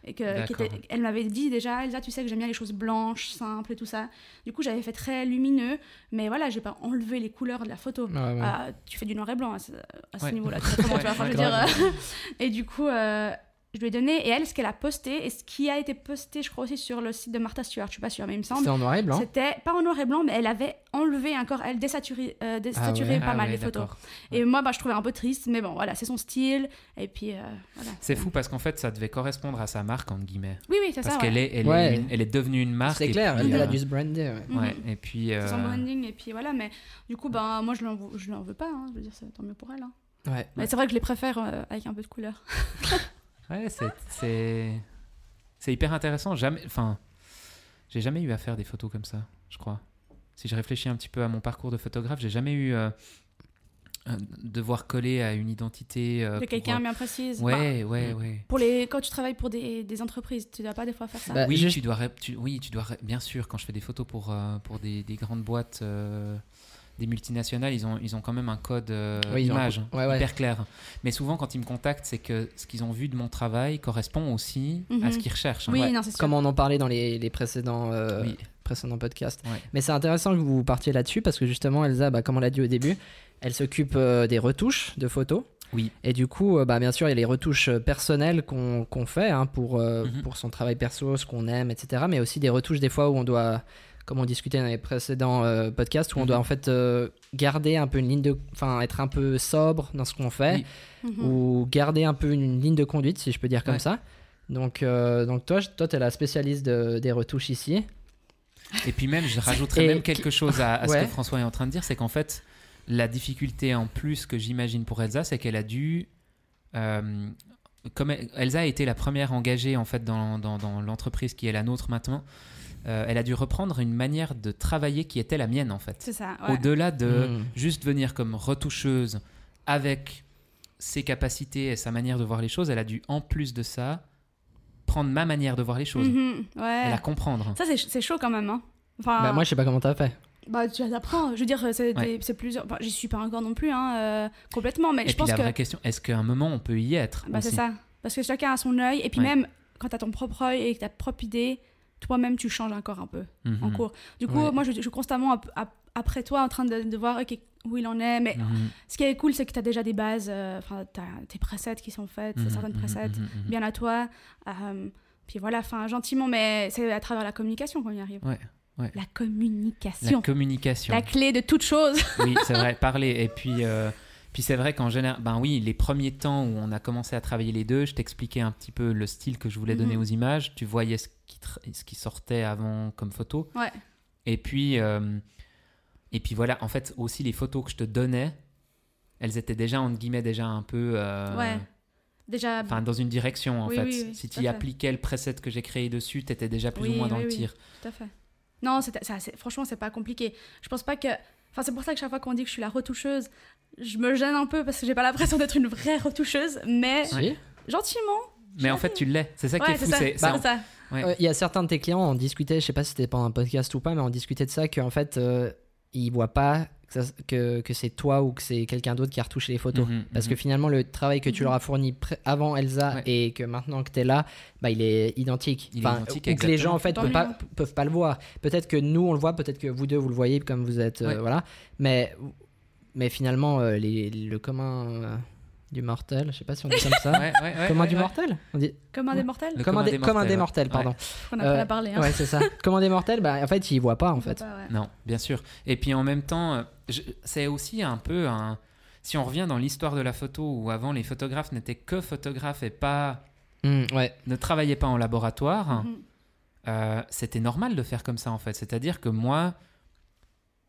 C: Et que, qui
B: D'accord.
C: était- elle m'avait dit déjà, Elsa, tu sais que j'aime bien les choses blanches, simples et tout ça. Du coup, j'avais fait très lumineux, mais voilà, j'ai pas enlevé les couleurs de la photo.
A: Ouais, ouais.
C: Ah, tu fais du noir et blanc à ce, à ce
B: Ouais.
C: niveau-là. tu vois comment tu vas faire, je veux
A: Ouais,
C: dire, euh, et du coup, euh, je lui ai donné, et elle, ce qu'elle a posté, et ce qui a été posté, je crois aussi sur le site de Martha Stewart, je suis pas sûre, mais il me semble.
A: C'était en noir et blanc.
C: C'était pas en noir et blanc, mais elle avait enlevé encore, elle désaturé, euh, désaturé
A: ouais.
C: pas
B: Ah
C: mal
B: ouais,
C: les photos.
B: d'accord.
C: Et moi, bah, je trouvais un peu triste, mais bon, voilà, c'est son style. Et puis, euh, voilà.
B: C'est fou parce qu'en fait, ça devait correspondre à sa marque, entre guillemets.
C: Oui, oui, c'est ça.
B: Parce
C: ouais.
B: qu'elle est, elle
A: Ouais.
B: est, une- elle est devenue une marque.
A: C'est
B: et
A: clair,
B: puis,
A: elle
B: euh,
A: a dû se brander. ouais.
B: Ouais,
C: Mhm.
B: et puis.
C: C'est son
B: euh,
C: branding, et puis voilà, mais du coup, ben, moi, je l'en vou- je l'en veux pas, hein, je veux dire, c'est tant mieux pour elle. hein.
A: Ouais.
C: Mais c'est vrai que je les préfère euh, avec un peu de couleur.
B: euh, Ouais,
C: Ah.
B: c'est- c'est c'est hyper intéressant. Jamais, enfin, j'ai jamais eu à faire des photos comme ça, je crois. Si je réfléchis un petit peu à mon parcours de photographe, j'ai jamais eu euh, un devoir coller à une identité. euh,
C: de
B: pour,
C: quelqu'un
B: euh,
C: bien précise. Enfin,
B: Ouais, ouais, ouais.
C: pour les... Quand tu travailles pour des, des entreprises, tu dois pas des fois faire ça.
A: Bah,
B: oui,
A: juste-
B: tu dois, ré- tu- oui, tu dois, ré- bien sûr, quand je fais des photos pour, euh, pour des, des grandes boîtes, euh, des multinationales, ils ont, ils ont quand même un code euh,
A: Oui, ils ont un
B: image
A: co- ouais, ouais.
B: hyper clair. Mais souvent, quand ils me contactent, c'est que ce qu'ils ont vu de mon travail correspond aussi à
C: Mhm.
B: ce qu'ils recherchent. hein.
C: oui,
B: Ouais.
C: non, c'est sûr.
A: Comme on en parlait dans les, les précédents, euh,
B: Oui.
A: précédents podcasts.
B: Ouais.
A: Mais c'est intéressant que vous partiez là-dessus parce que justement, Elsa, bah, comme on l'a dit au début, elle s'occupe euh, des retouches de photos.
B: Oui.
A: Et du coup, euh, bah, bien sûr, il y a les retouches personnelles qu'on qu'on fait hein, pour, euh,
B: Mhm.
A: pour son travail perso, ce qu'on aime, etc. Mais aussi des retouches des fois où on doit, comme on discutait dans les précédents euh, podcasts, où on
B: Mhm.
A: doit en fait euh, garder un peu une ligne de. Enfin, être un peu sobre dans ce qu'on fait
B: Oui.
C: Mhm.
A: ou garder un peu une, une ligne de conduite, si je peux dire comme
B: Hmm. Ouais.
A: ça. Donc, euh, donc toi, je- toi, t'es la spécialiste de- des retouches ici.
B: Et puis même, je rajouterais
A: Et
B: même
A: qui-
B: quelque chose à, à ce
A: Ouais.
B: que François est en train de dire, c'est qu'en fait, la difficulté en plus que j'imagine pour Elsa, c'est qu'elle a dû... euh, comme elle- Elsa a été la première engagée en fait dans, dans- dans l'entreprise qui est la nôtre maintenant, euh, elle a dû reprendre une manière de travailler qui était la mienne en fait.
C: C'est ça, ouais.
B: Au-delà de
A: Mm.
B: juste venir comme retoucheuse avec ses capacités et sa manière de voir les choses, elle a dû en plus de ça prendre ma manière de voir les choses
C: Mhm, ouais.
B: et la comprendre.
C: Ça, c'est- c'est chaud quand même. Hein.
B: Ah.
C: Enfin,
A: Bah, moi, je sais pas comment t'as fait.
C: bah, tu les apprends. Je veux dire, c'est
B: Ouais.
C: des- c'est plusieurs. Enfin, J'y suis pas encore non plus, hein, euh, complètement, mais
B: Et
C: je
B: puis
C: pense
B: la
C: que.
B: vraie question, est-ce qu'à un moment on peut y être
C: Bah, c'est
B: aussi
C: ça. Parce que chacun a son œil. Et puis
B: Ouais.
C: même quand tu as ton propre œil et que ta propre idée, toi-même, tu changes encore un peu
B: Mhm.
C: en cours. Du coup,
A: Ouais.
C: moi, je, je suis constamment ap- ap- après toi en train de, de voir ok, où il en est. Mais
B: Mhm.
C: ce qui est cool, c'est que tu as déjà des bases. euh, Enfin, tu as tes presets qui sont faites,
B: Mhm.
C: certaines
B: Mhm.
C: presets,
B: Mhm. Mhm.
C: bien à toi. euh, puis voilà, enfin, gentiment, mais c'est à travers la communication qu'on y arrive.
B: Ouais, ouais.
C: La
B: La
C: communication.
B: communication.
C: La clé de toute chose.
B: Oui, c'est vrai, parler. Et puis, euh, puis c'est vrai qu'en général, ben oui, les premiers temps où on a commencé à travailler les deux, je t'expliquais un petit peu le style que je voulais donner
C: Mhm.
B: aux images. Tu voyais ce qui, tra- ce qui sortait avant comme photo.
C: Ouais.
B: Et puis, euh, et puis voilà, en fait, aussi les photos que je te donnais, elles étaient déjà, entre guillemets, déjà un peu. euh,
C: Ouais. Déjà,
B: Enfin, dans une direction, en
C: Oui,
B: fait.
C: oui, oui,
B: si
C: tout à
B: tu
C: fait.
B: appliquais le preset que j'ai créé dessus, tu étais déjà plus
C: Oui,
B: ou moins dans
C: oui,
B: le
C: oui.
B: tir.
C: Tout à fait. Non, c'est- ça, c'est- franchement, c'est pas compliqué. Je pense pas que. Enfin, c'est pour ça que chaque fois qu'on dit que je suis la retoucheuse, je me gêne un peu parce que j'ai pas l'impression d'être une vraie retoucheuse, mais
A: Si.
B: Ouais.
C: gentiment.
B: Mais en fait, tu l'es. C'est ça qui
C: Ouais,
B: est fou.
C: c'est ça.
B: c'est- c'est
C: Bah,
B: en-
C: c'est ça.
B: Ouais.
A: Euh, Il y a certains de tes clients, on discutait, je sais pas si c'était pendant un podcast ou pas, mais on discutait de ça qu'en fait, euh, ils voient pas que, ça- que, que c'est toi ou que c'est quelqu'un d'autre qui a retouché les photos.
B: Mhm,
A: Parce
B: mhm.
A: que finalement, le travail que tu
C: Mhm.
A: leur as fourni pré- avant Elsa
B: Ouais.
A: et que maintenant que tu es là, bah, il est identique.
B: Il est identique,
A: ou que les gens, en
B: exactement.
A: fait,
C: Tant
A: peuvent
C: mieux.
A: pas, peuvent pas le voir. Peut-être que nous, on le voit, peut-être que vous deux, vous le voyez comme vous êtes. euh,
B: Ouais.
A: voilà. Mais, mais finalement, euh, les- le commun euh, du mortel, je sais pas si on dit comme ça.
B: Ouais, ouais, ouais,
A: commun
B: ouais,
A: du
B: ouais.
A: mortel on dit,
C: Comme un
A: Ouais.
C: des mortels,
B: Le
A: commun
B: commun
A: des,
B: des
A: commun des
B: mortels,
A: mortels, pardon.
B: ouais.
C: qu'on a pas
A: Euh,
C: à parler. Hein.
A: Ouais, c'est ça. commun des mortels, bah, en fait, ils voient pas, en fait.
C: Ouais, ouais.
B: Non, bien sûr. Et puis en même temps, euh, je- c'est aussi un peu un. Si on revient dans l'histoire de la photo où avant les photographes n'étaient que photographes et pas
A: Hmm, ouais.
B: ne travaillaient pas en laboratoire,
C: Mhm.
B: euh, c'était normal de faire comme ça en fait. C'est-à-dire que moi,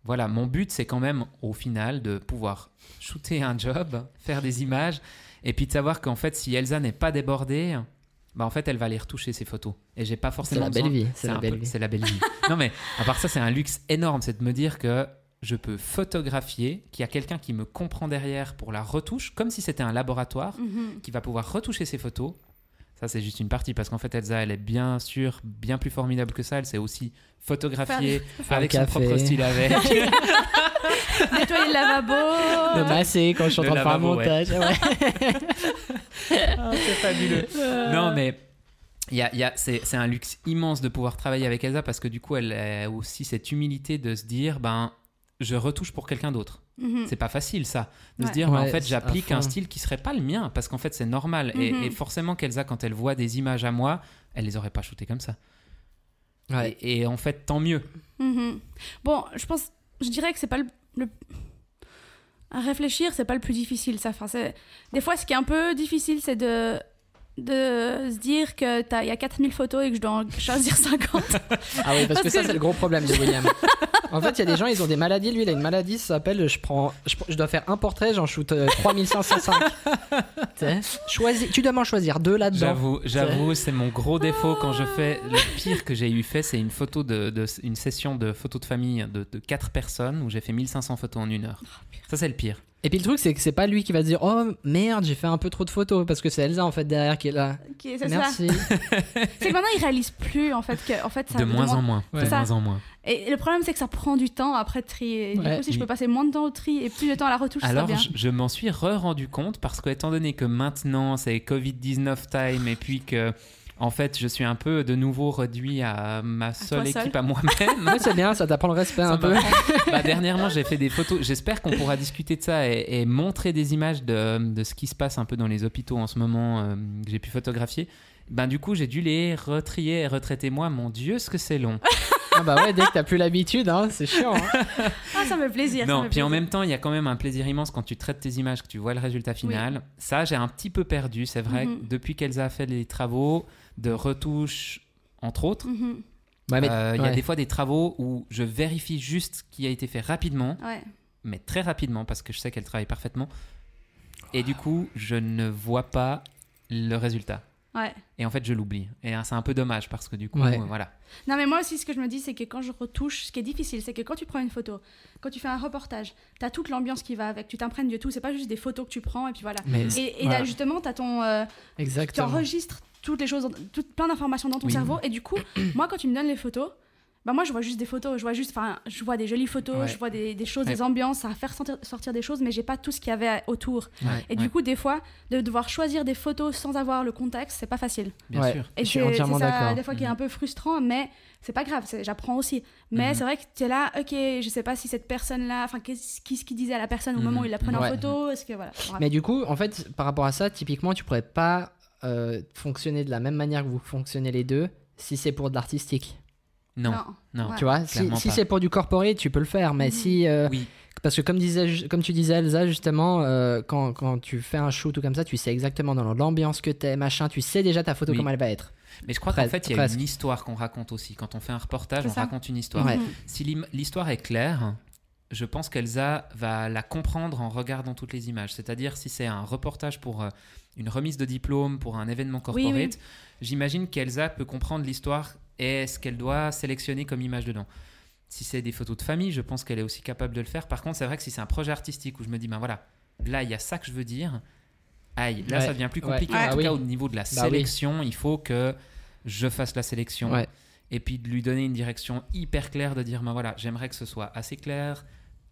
B: voilà, mon but c'est quand même au final de pouvoir shooter un job, faire des images, et puis de savoir qu'en fait si Elsa n'est pas débordée, bah en fait elle va aller retoucher ses photos. Et j'ai pas
A: C'est
B: forcément
A: la
B: besoin
A: belle vie. C'est
B: c'est
A: la
B: un
A: belle
B: peu-
A: vie.
B: c'est la belle vie. non, mais à part ça, c'est un luxe énorme, c'est de me dire que je peux photographier, qu'il y a quelqu'un qui me comprend derrière pour la retouche, comme si c'était un laboratoire,
C: Mhm.
B: qui va pouvoir retoucher ses photos. Ça, c'est juste une partie, parce qu'en fait, Elsa, elle est bien sûr bien plus formidable que ça. Elle sait aussi photographier avec
A: Faire
B: son
A: le
B: propre
A: café.
B: style avec.
C: Nettoyer le lavabo.
A: Le masser quand je suis en
B: Le
A: train de faire un
B: lavabo, ouais.
A: montage. ouais.
B: c'est fabuleux.
C: Euh.
B: Non, mais il y a- il y a- c'est c'est un luxe immense de pouvoir travailler avec Elsa parce que du coup, elle a aussi cette humilité de se dire ben, je retouche pour quelqu'un d'autre.
C: Mhm.
B: C'est pas facile ça, de se
C: Ouais.
B: dire bah, en
A: Ouais,
B: fait
A: c'est
B: j'applique
A: à
B: un
A: fond.
B: style qui serait pas le mien parce qu'en fait c'est normal Et-
C: Mhm.
B: et, forcément qu'Elsa quand elle voit des images à moi, elle les aurait pas shootées comme ça.
A: Ouais.
B: Et, et en fait tant mieux.
C: Mhm. Bon, je pense, je dirais que c'est pas le, le- à réfléchir, c'est pas le plus difficile. Ça, enfin, c'est des fois ce qui est un peu difficile, c'est de de se dire que t'as- il y a 4000 photos et que je dois en choisir 50.
A: Ah oui, parce,
C: Parce
A: que,
C: que
A: ça,
C: je-
A: c'est le gros problème de William. en fait, il y a des gens, ils ont des maladies. Lui, il a une maladie, ça s'appelle je, prends, je, je dois faire un portrait, j'en shoot euh, 3505. Tu sais, Choisis, tu dois m'en choisir deux là-dedans.
B: J'avoue, j'avoue, c'est mon gros défaut quand je
C: Ah.
B: fais le pire que j'ai eu fait, c'est une photo de, de- une session de photos de famille de, de quatre personnes où j'ai fait 1500 photos en une heure.
C: Oh,
B: Ça c'est le pire.
A: Et puis le truc, c'est que c'est pas lui qui va dire Oh merde, j'ai fait un peu trop de photos. Parce que c'est Elsa en fait derrière qui est là.
C: Ok, c'est ça.
A: Merci.
C: C'est que maintenant ils réalisent plus en fait que en fait ça
B: de
C: me
B: moins
C: demande-
B: en moins,
A: Ouais.
B: de
C: Ça.
B: moins en moins.
C: Et le problème c'est que ça prend du temps après de trier. Et Du
A: Ouais.
C: coup si je
B: Oui.
C: peux passer moins de temps au tri et plus de temps à la retouche, ça
B: Alors,
C: bien.
B: je, je m'en suis re-rendu compte parce que, étant donné que maintenant c'est Covid-19 time et puis que, en fait, je suis un peu de nouveau réduit à ma seule
C: toi seul.
B: équipe, à moi-même.
A: Ouais, c'est bien, ça t'apprend le respect
B: ça
A: un peu.
B: m'apprend. Bah, dernièrement, j'ai fait des photos. J'espère qu'on pourra discuter de ça et, et montrer des images de, de ce qui se passe un peu dans les hôpitaux en ce moment euh, que j'ai pu photographier. Ben, du coup, j'ai dû les retrier et retraiter moi. Mon Dieu, ce que c'est long.
A: Ah bah ouais, dès que t'as plus l'habitude, hein, c'est chiant. hein.
C: Ah ça me fait plaisir. ça
B: Non,
C: me
B: puis en
C: plaisir.
B: même temps, il y a quand même un plaisir immense quand tu traites tes images, que tu vois le résultat final. Ça, j'ai un petit peu perdu, c'est vrai,
C: Mhm.
B: depuis qu'Elsa a fait les travaux de retouche, entre autres.
C: Mhm.
A: Ouais, Bah, mais-
B: euh, Il y a
A: ouais.
B: des fois des travaux où je vérifie juste ce qui a été fait rapidement,
C: Ouais.
B: mais très rapidement, parce que je sais qu'elle travaille parfaitement. Et du coup, je ne vois pas le résultat.
C: Ouais.
B: Et en fait, je l'oublie. Et hein, c'est un peu dommage parce que du coup,
A: Ouais.
B: euh, voilà.
C: Non, mais moi aussi, ce que je me dis, c'est que quand je retouche, ce qui est difficile, c'est que quand tu prends une photo, quand tu fais un reportage, t'as toute l'ambiance qui va avec, tu t'imprègnes de tout, c'est pas juste des photos que tu prends et puis voilà.
A: Mais
C: Et, et
A: voilà.
C: là, justement, t'as ton, euh, tu
A: Exactement.
C: enregistres toutes les choses, dans- tout, plein d'informations dans ton
B: Oui.
C: cerveau, et du coup, moi, quand tu me donnes les photos, bah moi, je vois juste des photos, je vois juste, enfin, je vois des jolies photos,
A: Ouais.
C: je vois des, des choses,
B: Ouais.
C: des ambiances, ça va faire sortir, sortir des choses, mais j'ai pas tout ce qu'il y avait autour.
B: Ouais,
C: Et
B: ouais,
C: du coup, des fois, de devoir choisir des photos sans avoir le contexte, c'est pas facile.
B: bien
A: Ouais.
B: sûr.
A: Je
C: Et
A: suis
C: c'est-
A: entièrement
C: c'est ça,
A: d'accord. Mm.
C: Des fois, qui est un peu frustrant, mais c'est pas grave, c'est- j'apprends aussi. Mais
B: Mhm.
C: c'est vrai que tu es là, ok, je sais pas si cette personne-là, enfin, qu'est-ce qu'est-ce qu'il disait à la personne au moment où il la prenait
A: Mm. Ouais.
C: en photo, est-ce que voilà. bref.
A: Mais du coup, en fait, par rapport à ça, typiquement, tu pourrais pas euh, fonctionner de la même manière que vous fonctionnez les deux si c'est pour de l'artistique.
B: Non, non.
C: Ouais.
A: Tu vois, si,
B: Clairement
A: si
B: pas.
A: c'est pour du corporate, tu peux le faire, mais
C: Mhm.
A: si. euh,
B: Oui.
A: Parce que comme, disait, ju- comme tu disais, Elsa, justement, euh, quand, quand tu fais un shoot ou comme ça, tu sais exactement dans l'ambiance que t'es, machin, tu sais déjà ta photo
B: Oui.
A: comment elle va être.
B: Mais je crois
A: Pres-
B: qu'en fait, il y a
A: presque.
B: une histoire qu'on raconte aussi. Quand on fait un reportage,
C: C'est
B: on
C: ça.
B: raconte une histoire.
A: Ouais.
C: Mhm.
B: Si l'im- l'histoire est claire, je pense qu'Elsa va la comprendre en regardant toutes les images. C'est-à-dire, si c'est un reportage pour euh, une remise de diplôme, pour un événement
C: Oui,
B: corporate,
C: oui.
B: j'imagine qu'Elsa peut comprendre l'histoire et ce qu'elle doit sélectionner comme image dedans. Si c'est des photos de famille, je pense qu'elle est aussi capable de le faire. Par contre, c'est vrai que si c'est un projet artistique où je me dis, ben voilà, là, il y a ça que je veux dire, aïe, là,
A: Ouais.
B: ça devient plus
A: Ouais.
B: compliqué.
A: Ah
B: En tout
A: oui.
B: cas, au niveau de la
A: Bah oui.
B: sélection, il faut que je fasse la sélection
A: Ouais.
B: et puis de lui donner une direction hyper claire, de dire, ben voilà, j'aimerais que ce soit assez clair,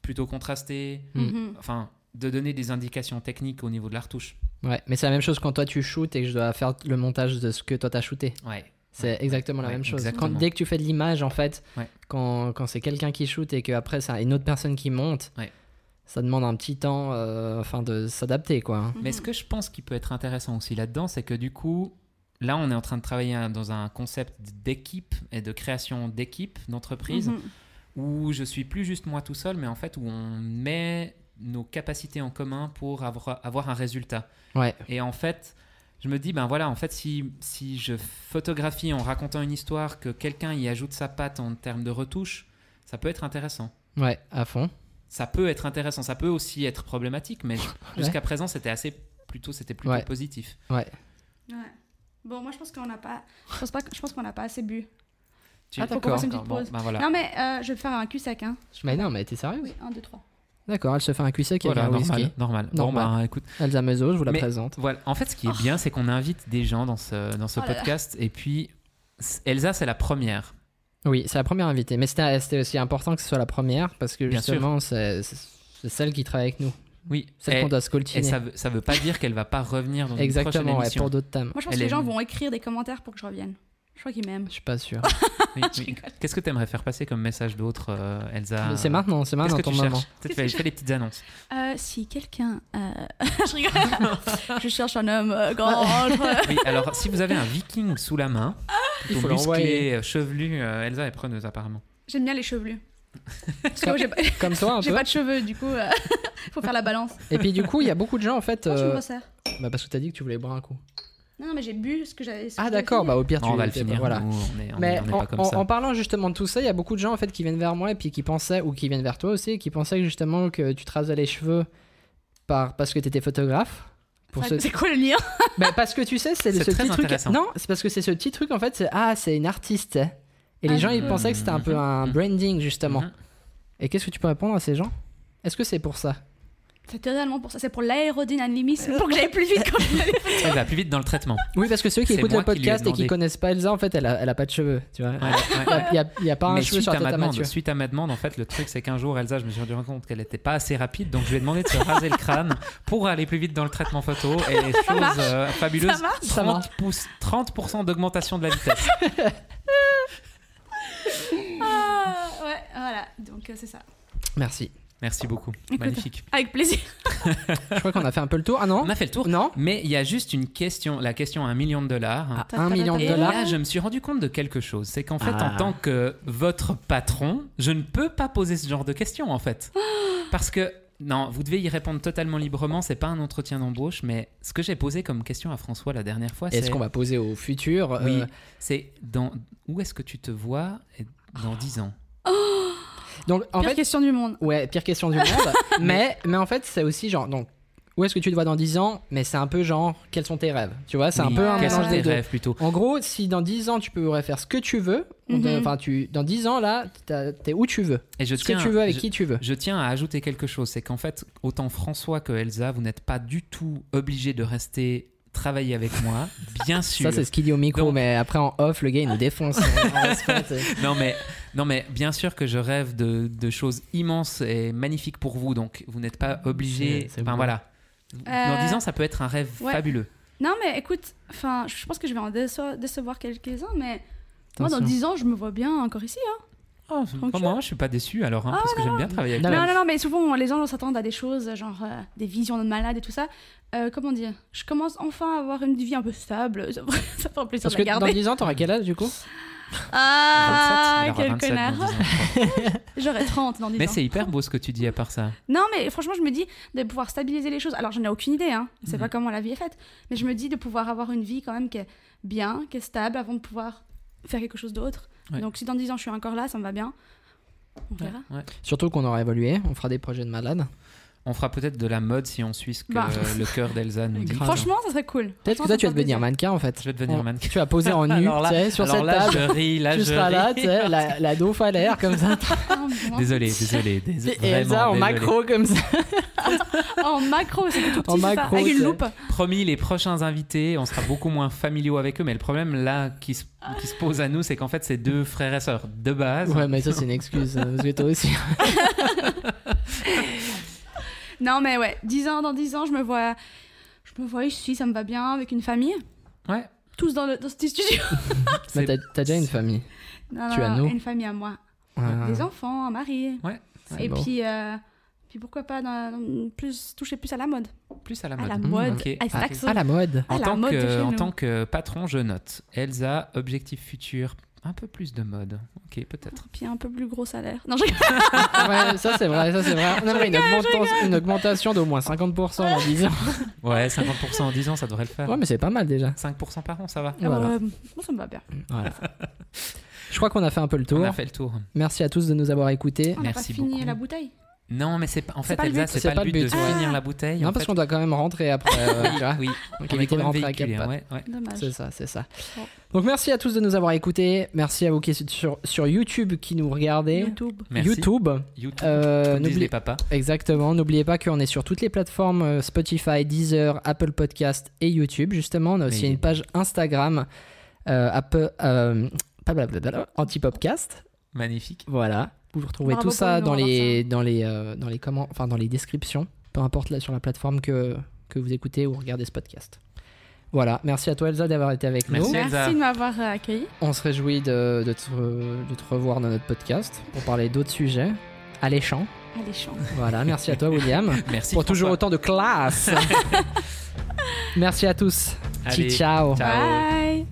B: plutôt contrasté,
A: Mm.
C: Mhm.
B: enfin, de donner des indications techniques au niveau de la retouche.
A: Ouais. Mais c'est la même chose quand toi tu shootes et que je dois faire le montage de ce que toi t'as shooté.
B: Ouais.
A: C'est exactement la
B: Ouais,
A: même chose.
B: exactement.
A: Quand, dès que tu fais de l'image, en fait,
B: Ouais.
A: quand, quand c'est quelqu'un qui shoot et qu'après c'est une autre personne qui monte,
B: Ouais.
A: ça demande un petit temps euh, afin de s'adapter, quoi.
B: Mais
C: Mm-hmm.
B: ce que je pense qui peut être intéressant aussi là-dedans, c'est que du coup, là, on est en train de travailler un- dans un concept d'équipe et de création d'équipe, d'entreprise,
C: Mhm.
B: où je suis plus juste moi tout seul, mais en fait, où on met nos capacités en commun pour avoir, avoir un résultat.
A: Ouais.
B: Et en fait, je me dis, ben voilà, en fait, si, si je photographie en racontant une histoire, que quelqu'un y ajoute sa patte en termes de retouche, ça peut être intéressant.
A: Ouais, à fond.
B: Ça peut être intéressant, ça peut aussi être problématique, mais jusqu'à présent, c'était assez plutôt, c'était plutôt
A: Ouais.
B: positif.
C: Ouais. Bon, moi, je pense qu'on n'a pas, je pense pas, je pense qu'on n'a pas assez bu.
B: Tu
A: Ah,
B: Faut qu'on
A: d'accord.
B: fasse une
C: D'accord,
B: petite
C: bon,
B: pause. ben
A: Bah.
B: voilà.
C: Non, mais euh, je vais faire un cul sec, hein.
A: Mais non, mais t'es sérieux
C: Oui, un, deux, trois.
A: D'accord, elle se fait un QC qui
B: Voilà,
A: un
B: Oh normal,
A: whisky.
B: normal.
A: Ah Normal.
B: Bon, ben, écoute,
A: Elsa Meuseau, je vous la
B: Mais-
A: présente.
B: voilà. En fait, ce qui est bien, c'est qu'on invite des gens dans ce, dans ce
C: Oh là là.
B: podcast, et puis s- Elsa, c'est la première.
A: Oui, c'est la première invitée. Mais c'était c'était aussi important que ce soit la première parce que
B: Bien
A: justement, c'est c'est celle qui travaille avec nous.
B: Oui,
A: Celle
B: et,
A: qu'on doit
B: et
A: scoltiner.
B: ça, veut, ça veut pas dire qu'elle va pas revenir dans une prochaine
A: Exactement, ouais,
B: émission.
A: pour d'autres thèmes.
C: Moi, je pense
B: Elle
C: que les
B: est-
C: gens vont écrire des commentaires pour que je revienne. Je crois qu'il m'aime.
A: Je suis pas sûr.
B: Oui, oui. Qu'est-ce que tu aimerais faire passer comme message d'autre, euh, Elsa
A: C'est maintenant, c'est
B: Qu'est-ce
A: maintenant
B: que
A: ton
B: tu
A: moment.
B: cherches Tu fais, fais les petites annonces.
C: Euh, si quelqu'un. euh, je rigole. je cherche un homme euh, grand. je-
B: Oui, alors si vous avez un viking sous la main, plutôt
A: faut l'envoyer.
B: musclé, euh, chevelu, euh, Elsa est preneuse apparemment.
C: J'aime bien les chevelus. Parce que moi, j'ai pas,
A: Comme toi un
C: j'ai
A: peu.
C: pas de cheveux, du coup, euh, faut faire la balance.
A: Et puis du coup, il y a beaucoup de gens en fait.
C: Moi, je me Ah,
A: euh,
C: resserre.
A: bah, parce que t'as dit que tu voulais boire un coup.
C: Non, non, mais j'ai bu ce que j'avais. ce que
A: Ah
C: j'avais
A: d'accord,
C: fini.
A: bah au pire
B: Non,
A: tu
B: on va le
A: t'es-
B: finir,
A: Voilà.
B: nous, on est, on
A: Mais
B: est- on est
A: en,
B: pas comme
A: en-
B: ça.
A: en parlant justement de tout ça, il y a beaucoup de gens en fait qui viennent vers moi et puis qui pensaient ou qui viennent vers toi aussi et qui pensaient justement que tu te rasais les cheveux par parce que t'étais photographe. Pour
C: Enfin,
A: ce...
C: C'est quoi le lien
A: Bah, parce que tu sais, c'est
B: C'est
A: ce
B: très
A: petit truc.
B: intéressant.
A: Non, c'est parce que c'est ce petit truc en fait. C'est ah, c'est une artiste. Et les
C: Ah.
A: gens ils pensaient que c'était un peu un
B: Mhm.
A: branding justement.
B: Mhm.
A: Et qu'est-ce que tu peux répondre à ces gens Est-ce que c'est pour ça
C: C'est totalement pour ça. C'est pour l'aérodynamisme, pour que j'aille plus vite quand je
B: Elle va plus vite dans le traitement.
A: Oui, parce que ceux qui
B: C'est
A: écoutent
B: moi
A: le
B: qui lui ai
A: podcast et qui
B: demandé.
A: connaissent pas Elsa, en fait, elle a, elle a pas de cheveux. Tu vois,
B: Ouais, ouais.
A: il y a, il y a pas un
B: Mais
A: cheveu
B: suite
A: sur la
B: à,
A: tête
B: ma
A: à
B: demande,
A: Mathieu.
B: suite à ma demande, en fait, le truc, c'est qu'un jour, Elsa, je me suis rendu compte qu'elle n'était pas assez rapide, donc je lui ai demandé de se raser le crâne pour aller plus vite dans le traitement photo. Et chose
C: marche.
B: euh, fabuleuse,
C: Ça marche.
B: 30%,
A: Ça marche.
B: pouces- 30% d'augmentation de la vitesse.
C: Ah, ouais, voilà. Donc, euh, c'est ça.
A: Merci.
B: Merci beaucoup.
C: Écoute.
B: Magnifique.
C: Avec plaisir.
A: Je crois qu'on a fait un peu le tour. Ah non
B: On a fait le tour.
A: Non
B: Mais il y a juste une question, la question à un million de dollars.
A: Ah, Un million de
B: Et
A: dollars.
B: là, je me suis rendu compte de quelque chose. C'est qu'en fait,
A: Ah.
B: en tant que votre patron, je ne peux pas poser ce genre de questions, en fait. Parce que, non, vous devez y répondre totalement librement. C'est pas un entretien d'embauche, mais ce que j'ai posé comme question à François la dernière fois, c'est
A: Est-ce qu'on va poser au futur euh,
B: oui, c'est dans où est-ce que tu te vois dans 10 ans
A: Donc, en
C: Pire
A: fait,
C: question du monde.
A: ouais, pire question du monde. mais, mais en fait, c'est aussi genre, donc, où est-ce que tu te vois dans 10 ans Mais c'est un peu genre, quels sont tes rêves Tu vois, c'est un
B: Oui,
A: peu un
B: quels sont
A: mélange
B: tes
A: des deux.
B: rêves plutôt
A: En gros, si dans 10 ans tu pourrais faire ce que tu veux,
C: Mhm.
A: enfin, tu, dans 10 ans là, t'as- t'es où tu veux,
B: Et je
A: ce que
B: tiens-
A: tu veux, avec
B: je-
A: qui tu veux.
B: Je tiens à ajouter quelque chose, c'est qu'en fait, autant François que Elsa, vous n'êtes pas du tout obligés de rester travailler avec moi, bien sûr.
A: Ça, c'est ce qu'il dit au micro,
B: Donc-
A: mais après en off, le gars il nous défonce. hein, On respecte.
B: non mais, non mais bien sûr que je rêve de, de choses immenses et magnifiques pour vous, donc vous n'êtes pas obligés.
A: C'est- c'est
B: Enfin
A: beau.
B: voilà. Dans
C: Euh,
B: 10 ans, ça peut être un rêve
C: ouais.
B: fabuleux.
C: Non, mais écoute, enfin, je pense que je vais en déce- décevoir quelques-uns, mais moi, dans
A: Attention.
C: 10 ans, je me vois bien encore ici. hein.
B: Oh,
C: Tranquille.
B: moi, je suis pas déçu alors, hein, parce que j'aime bien travailler avec
A: Non,
B: vous.
A: mais-
C: Oh Non, non, non, mais souvent, les gens s'attendent à des choses, genre euh, des visions de malade et tout ça. Euh, comment dire Je commence enfin à avoir une vie un peu stable. Ça me fait plaisir
A: Parce
C: de
A: que
C: la
A: dans
C: garder.
A: 10 ans, t'auras quel âge du coup
B: 27,
C: Ah,
B: elle aura
C: quel
B: 27 dans
C: connard
B: 10 ans.
C: J'aurais 30 dans 10
B: Mais
C: ans.
B: c'est hyper beau ce que tu dis à part ça.
C: Non, mais franchement, je me dis de pouvoir stabiliser les choses. Alors, j'en ai aucune idée, hein. Je sais
A: Mm.
B: Mhm.
C: pas comment la vie est faite. Mais je me dis de pouvoir avoir une vie quand même qui est bien, qui est stable avant de pouvoir faire quelque chose d'autre.
B: Ouais.
C: Donc, si dans 10 ans je suis encore là, ça me va bien. On verra.
B: Ouais.
A: Surtout qu'on aura évolué, on fera des projets de malade.
B: On fera peut-être de la mode si on suit ce que
C: Bah.
B: le cœur d'Elsa nous dit.
C: Franchement, ça serait cool.
A: Peut-être que toi, tu vas devenir mannequin en fait.
B: je vais devenir
A: On-
B: mannequin.
A: Tu vas poser en nu,
B: Alors là-
A: tu sais, sur
B: Alors
A: cette
B: là,
A: table.
B: Je ris, là,
A: Tu
B: je
A: seras là,
B: ris.
A: tu sais, la, la dauf à l'air comme ça.
C: Oh,
B: Désolé, désolé, désolé.
A: Et Elsa en
B: vraiment, désolé.
A: macro comme ça.
C: En macro, c'était tout petit,
A: En
C: c'est ça,
A: macro,
C: avec une
A: c'est-
C: loupe.
B: Promis, les prochains invités, on sera beaucoup moins familiaux avec eux, mais le problème là qui se, qui se pose à nous, c'est qu'en fait, c'est deux frères et sœurs de base.
A: Ouais, mais ça, c'est une excuse. euh, Parce que toi aussi.
C: Non, mais ouais, 10 ans, dans 10 ans, je me vois, je me vois ici, ça me va bien, avec une famille.
B: Ouais.
C: Tous dans, le, dans ce petit studio.
A: Mais
B: C'est-
A: t'as t'as déjà une famille.
C: Non,
A: Tu
C: non,
A: as
C: non,
A: nous.
C: une famille à moi.
A: Ah,
C: Des enfants, un mari.
A: c'est
C: Et
A: beau.
C: puis, euh, puis pourquoi pas dans- plus, toucher plus à la mode.
B: Plus à la
C: À
B: mode.
C: la mode,
B: ok.
C: à cet
B: Ah,
C: axe.
A: À la mode.
C: à
B: En
C: la
B: tant,
C: mode de chez
B: que, en
C: nous.
B: tant que patron, je note. Elsa, objectif futur, un peu plus de mode. Ok, peut-être.
C: Puis un peu plus gros salaire. Non, je rigole.
A: Ouais, ça, c'est vrai. Ça, c'est vrai. On aimerait une, augmentation- une augmentation d'au moins 50% en 10 ans.
B: Ouais, 50% en 10 ans, ça devrait le faire.
A: Ouais, mais c'est pas mal déjà.
B: 5% par an, ça va.
A: Voilà.
C: Euh, moi, ça me va bien.
A: Voilà. Je crois qu'on a fait un peu le tour.
B: On a fait le tour.
A: Merci à tous de nous avoir écoutés.
C: On n'a pas
B: Merci
C: fini
B: beaucoup.
C: la bouteille.
B: Non, mais c'est pas. En
C: C'est
B: fait,
C: pas le
B: Elsa,
C: but.
B: c'est
A: C'est
B: pas, le but de
C: Ah.
B: finir la bouteille.
A: Non,
B: en
A: parce
B: fait.
A: qu'on doit quand même rentrer après. euh, tu vois.
B: Oui,
A: Donc
B: on est
A: éviter
B: quand
A: de
B: même
A: rentrer à quatre
B: véhiculé, hein,
A: pattes.
B: ouais, ouais.
C: Dommage.
A: C'est ça, c'est ça.
C: Bon.
A: Donc merci à tous de nous avoir écoutés. Merci à vous qui êtes sur, sur YouTube qui nous regardez.
C: YouTube.
B: Merci.
A: YouTube.
B: YouTube.
A: Euh,
B: comme disent
A: n'oubliez-
B: les papas.
A: Exactement. N'oubliez pas qu'on est sur toutes les plateformes euh, Spotify, Deezer, Apple Podcast et YouTube. Justement, on a aussi
B: Mais-
A: une page Instagram euh, Apple, euh, blablabla, Antipopcast.
B: Magnifique.
A: Voilà. Vous retrouvez
C: Bravo
A: tout
C: pour
A: ça
C: le nom,
A: dans
C: on va
A: les, dans les euh, dans les comment, enfin dans les descriptions, peu importe là sur la plateforme que que vous écoutez ou regardez ce podcast. Voilà, merci à toi Elsa d'avoir été avec
B: Merci.
A: nous.
B: Elsa.
C: Merci de m'avoir euh, accueilli.
A: On se réjouit de, de te, de te revoir dans notre podcast pour parler d'autres sujets alléchants.
C: Allez, chante.
A: Voilà, merci à toi William.
B: Merci.
A: pour toujours
B: François.
A: autant de classe. merci à tous.
B: Allez,
A: ciao.
B: ciao.
C: Bye.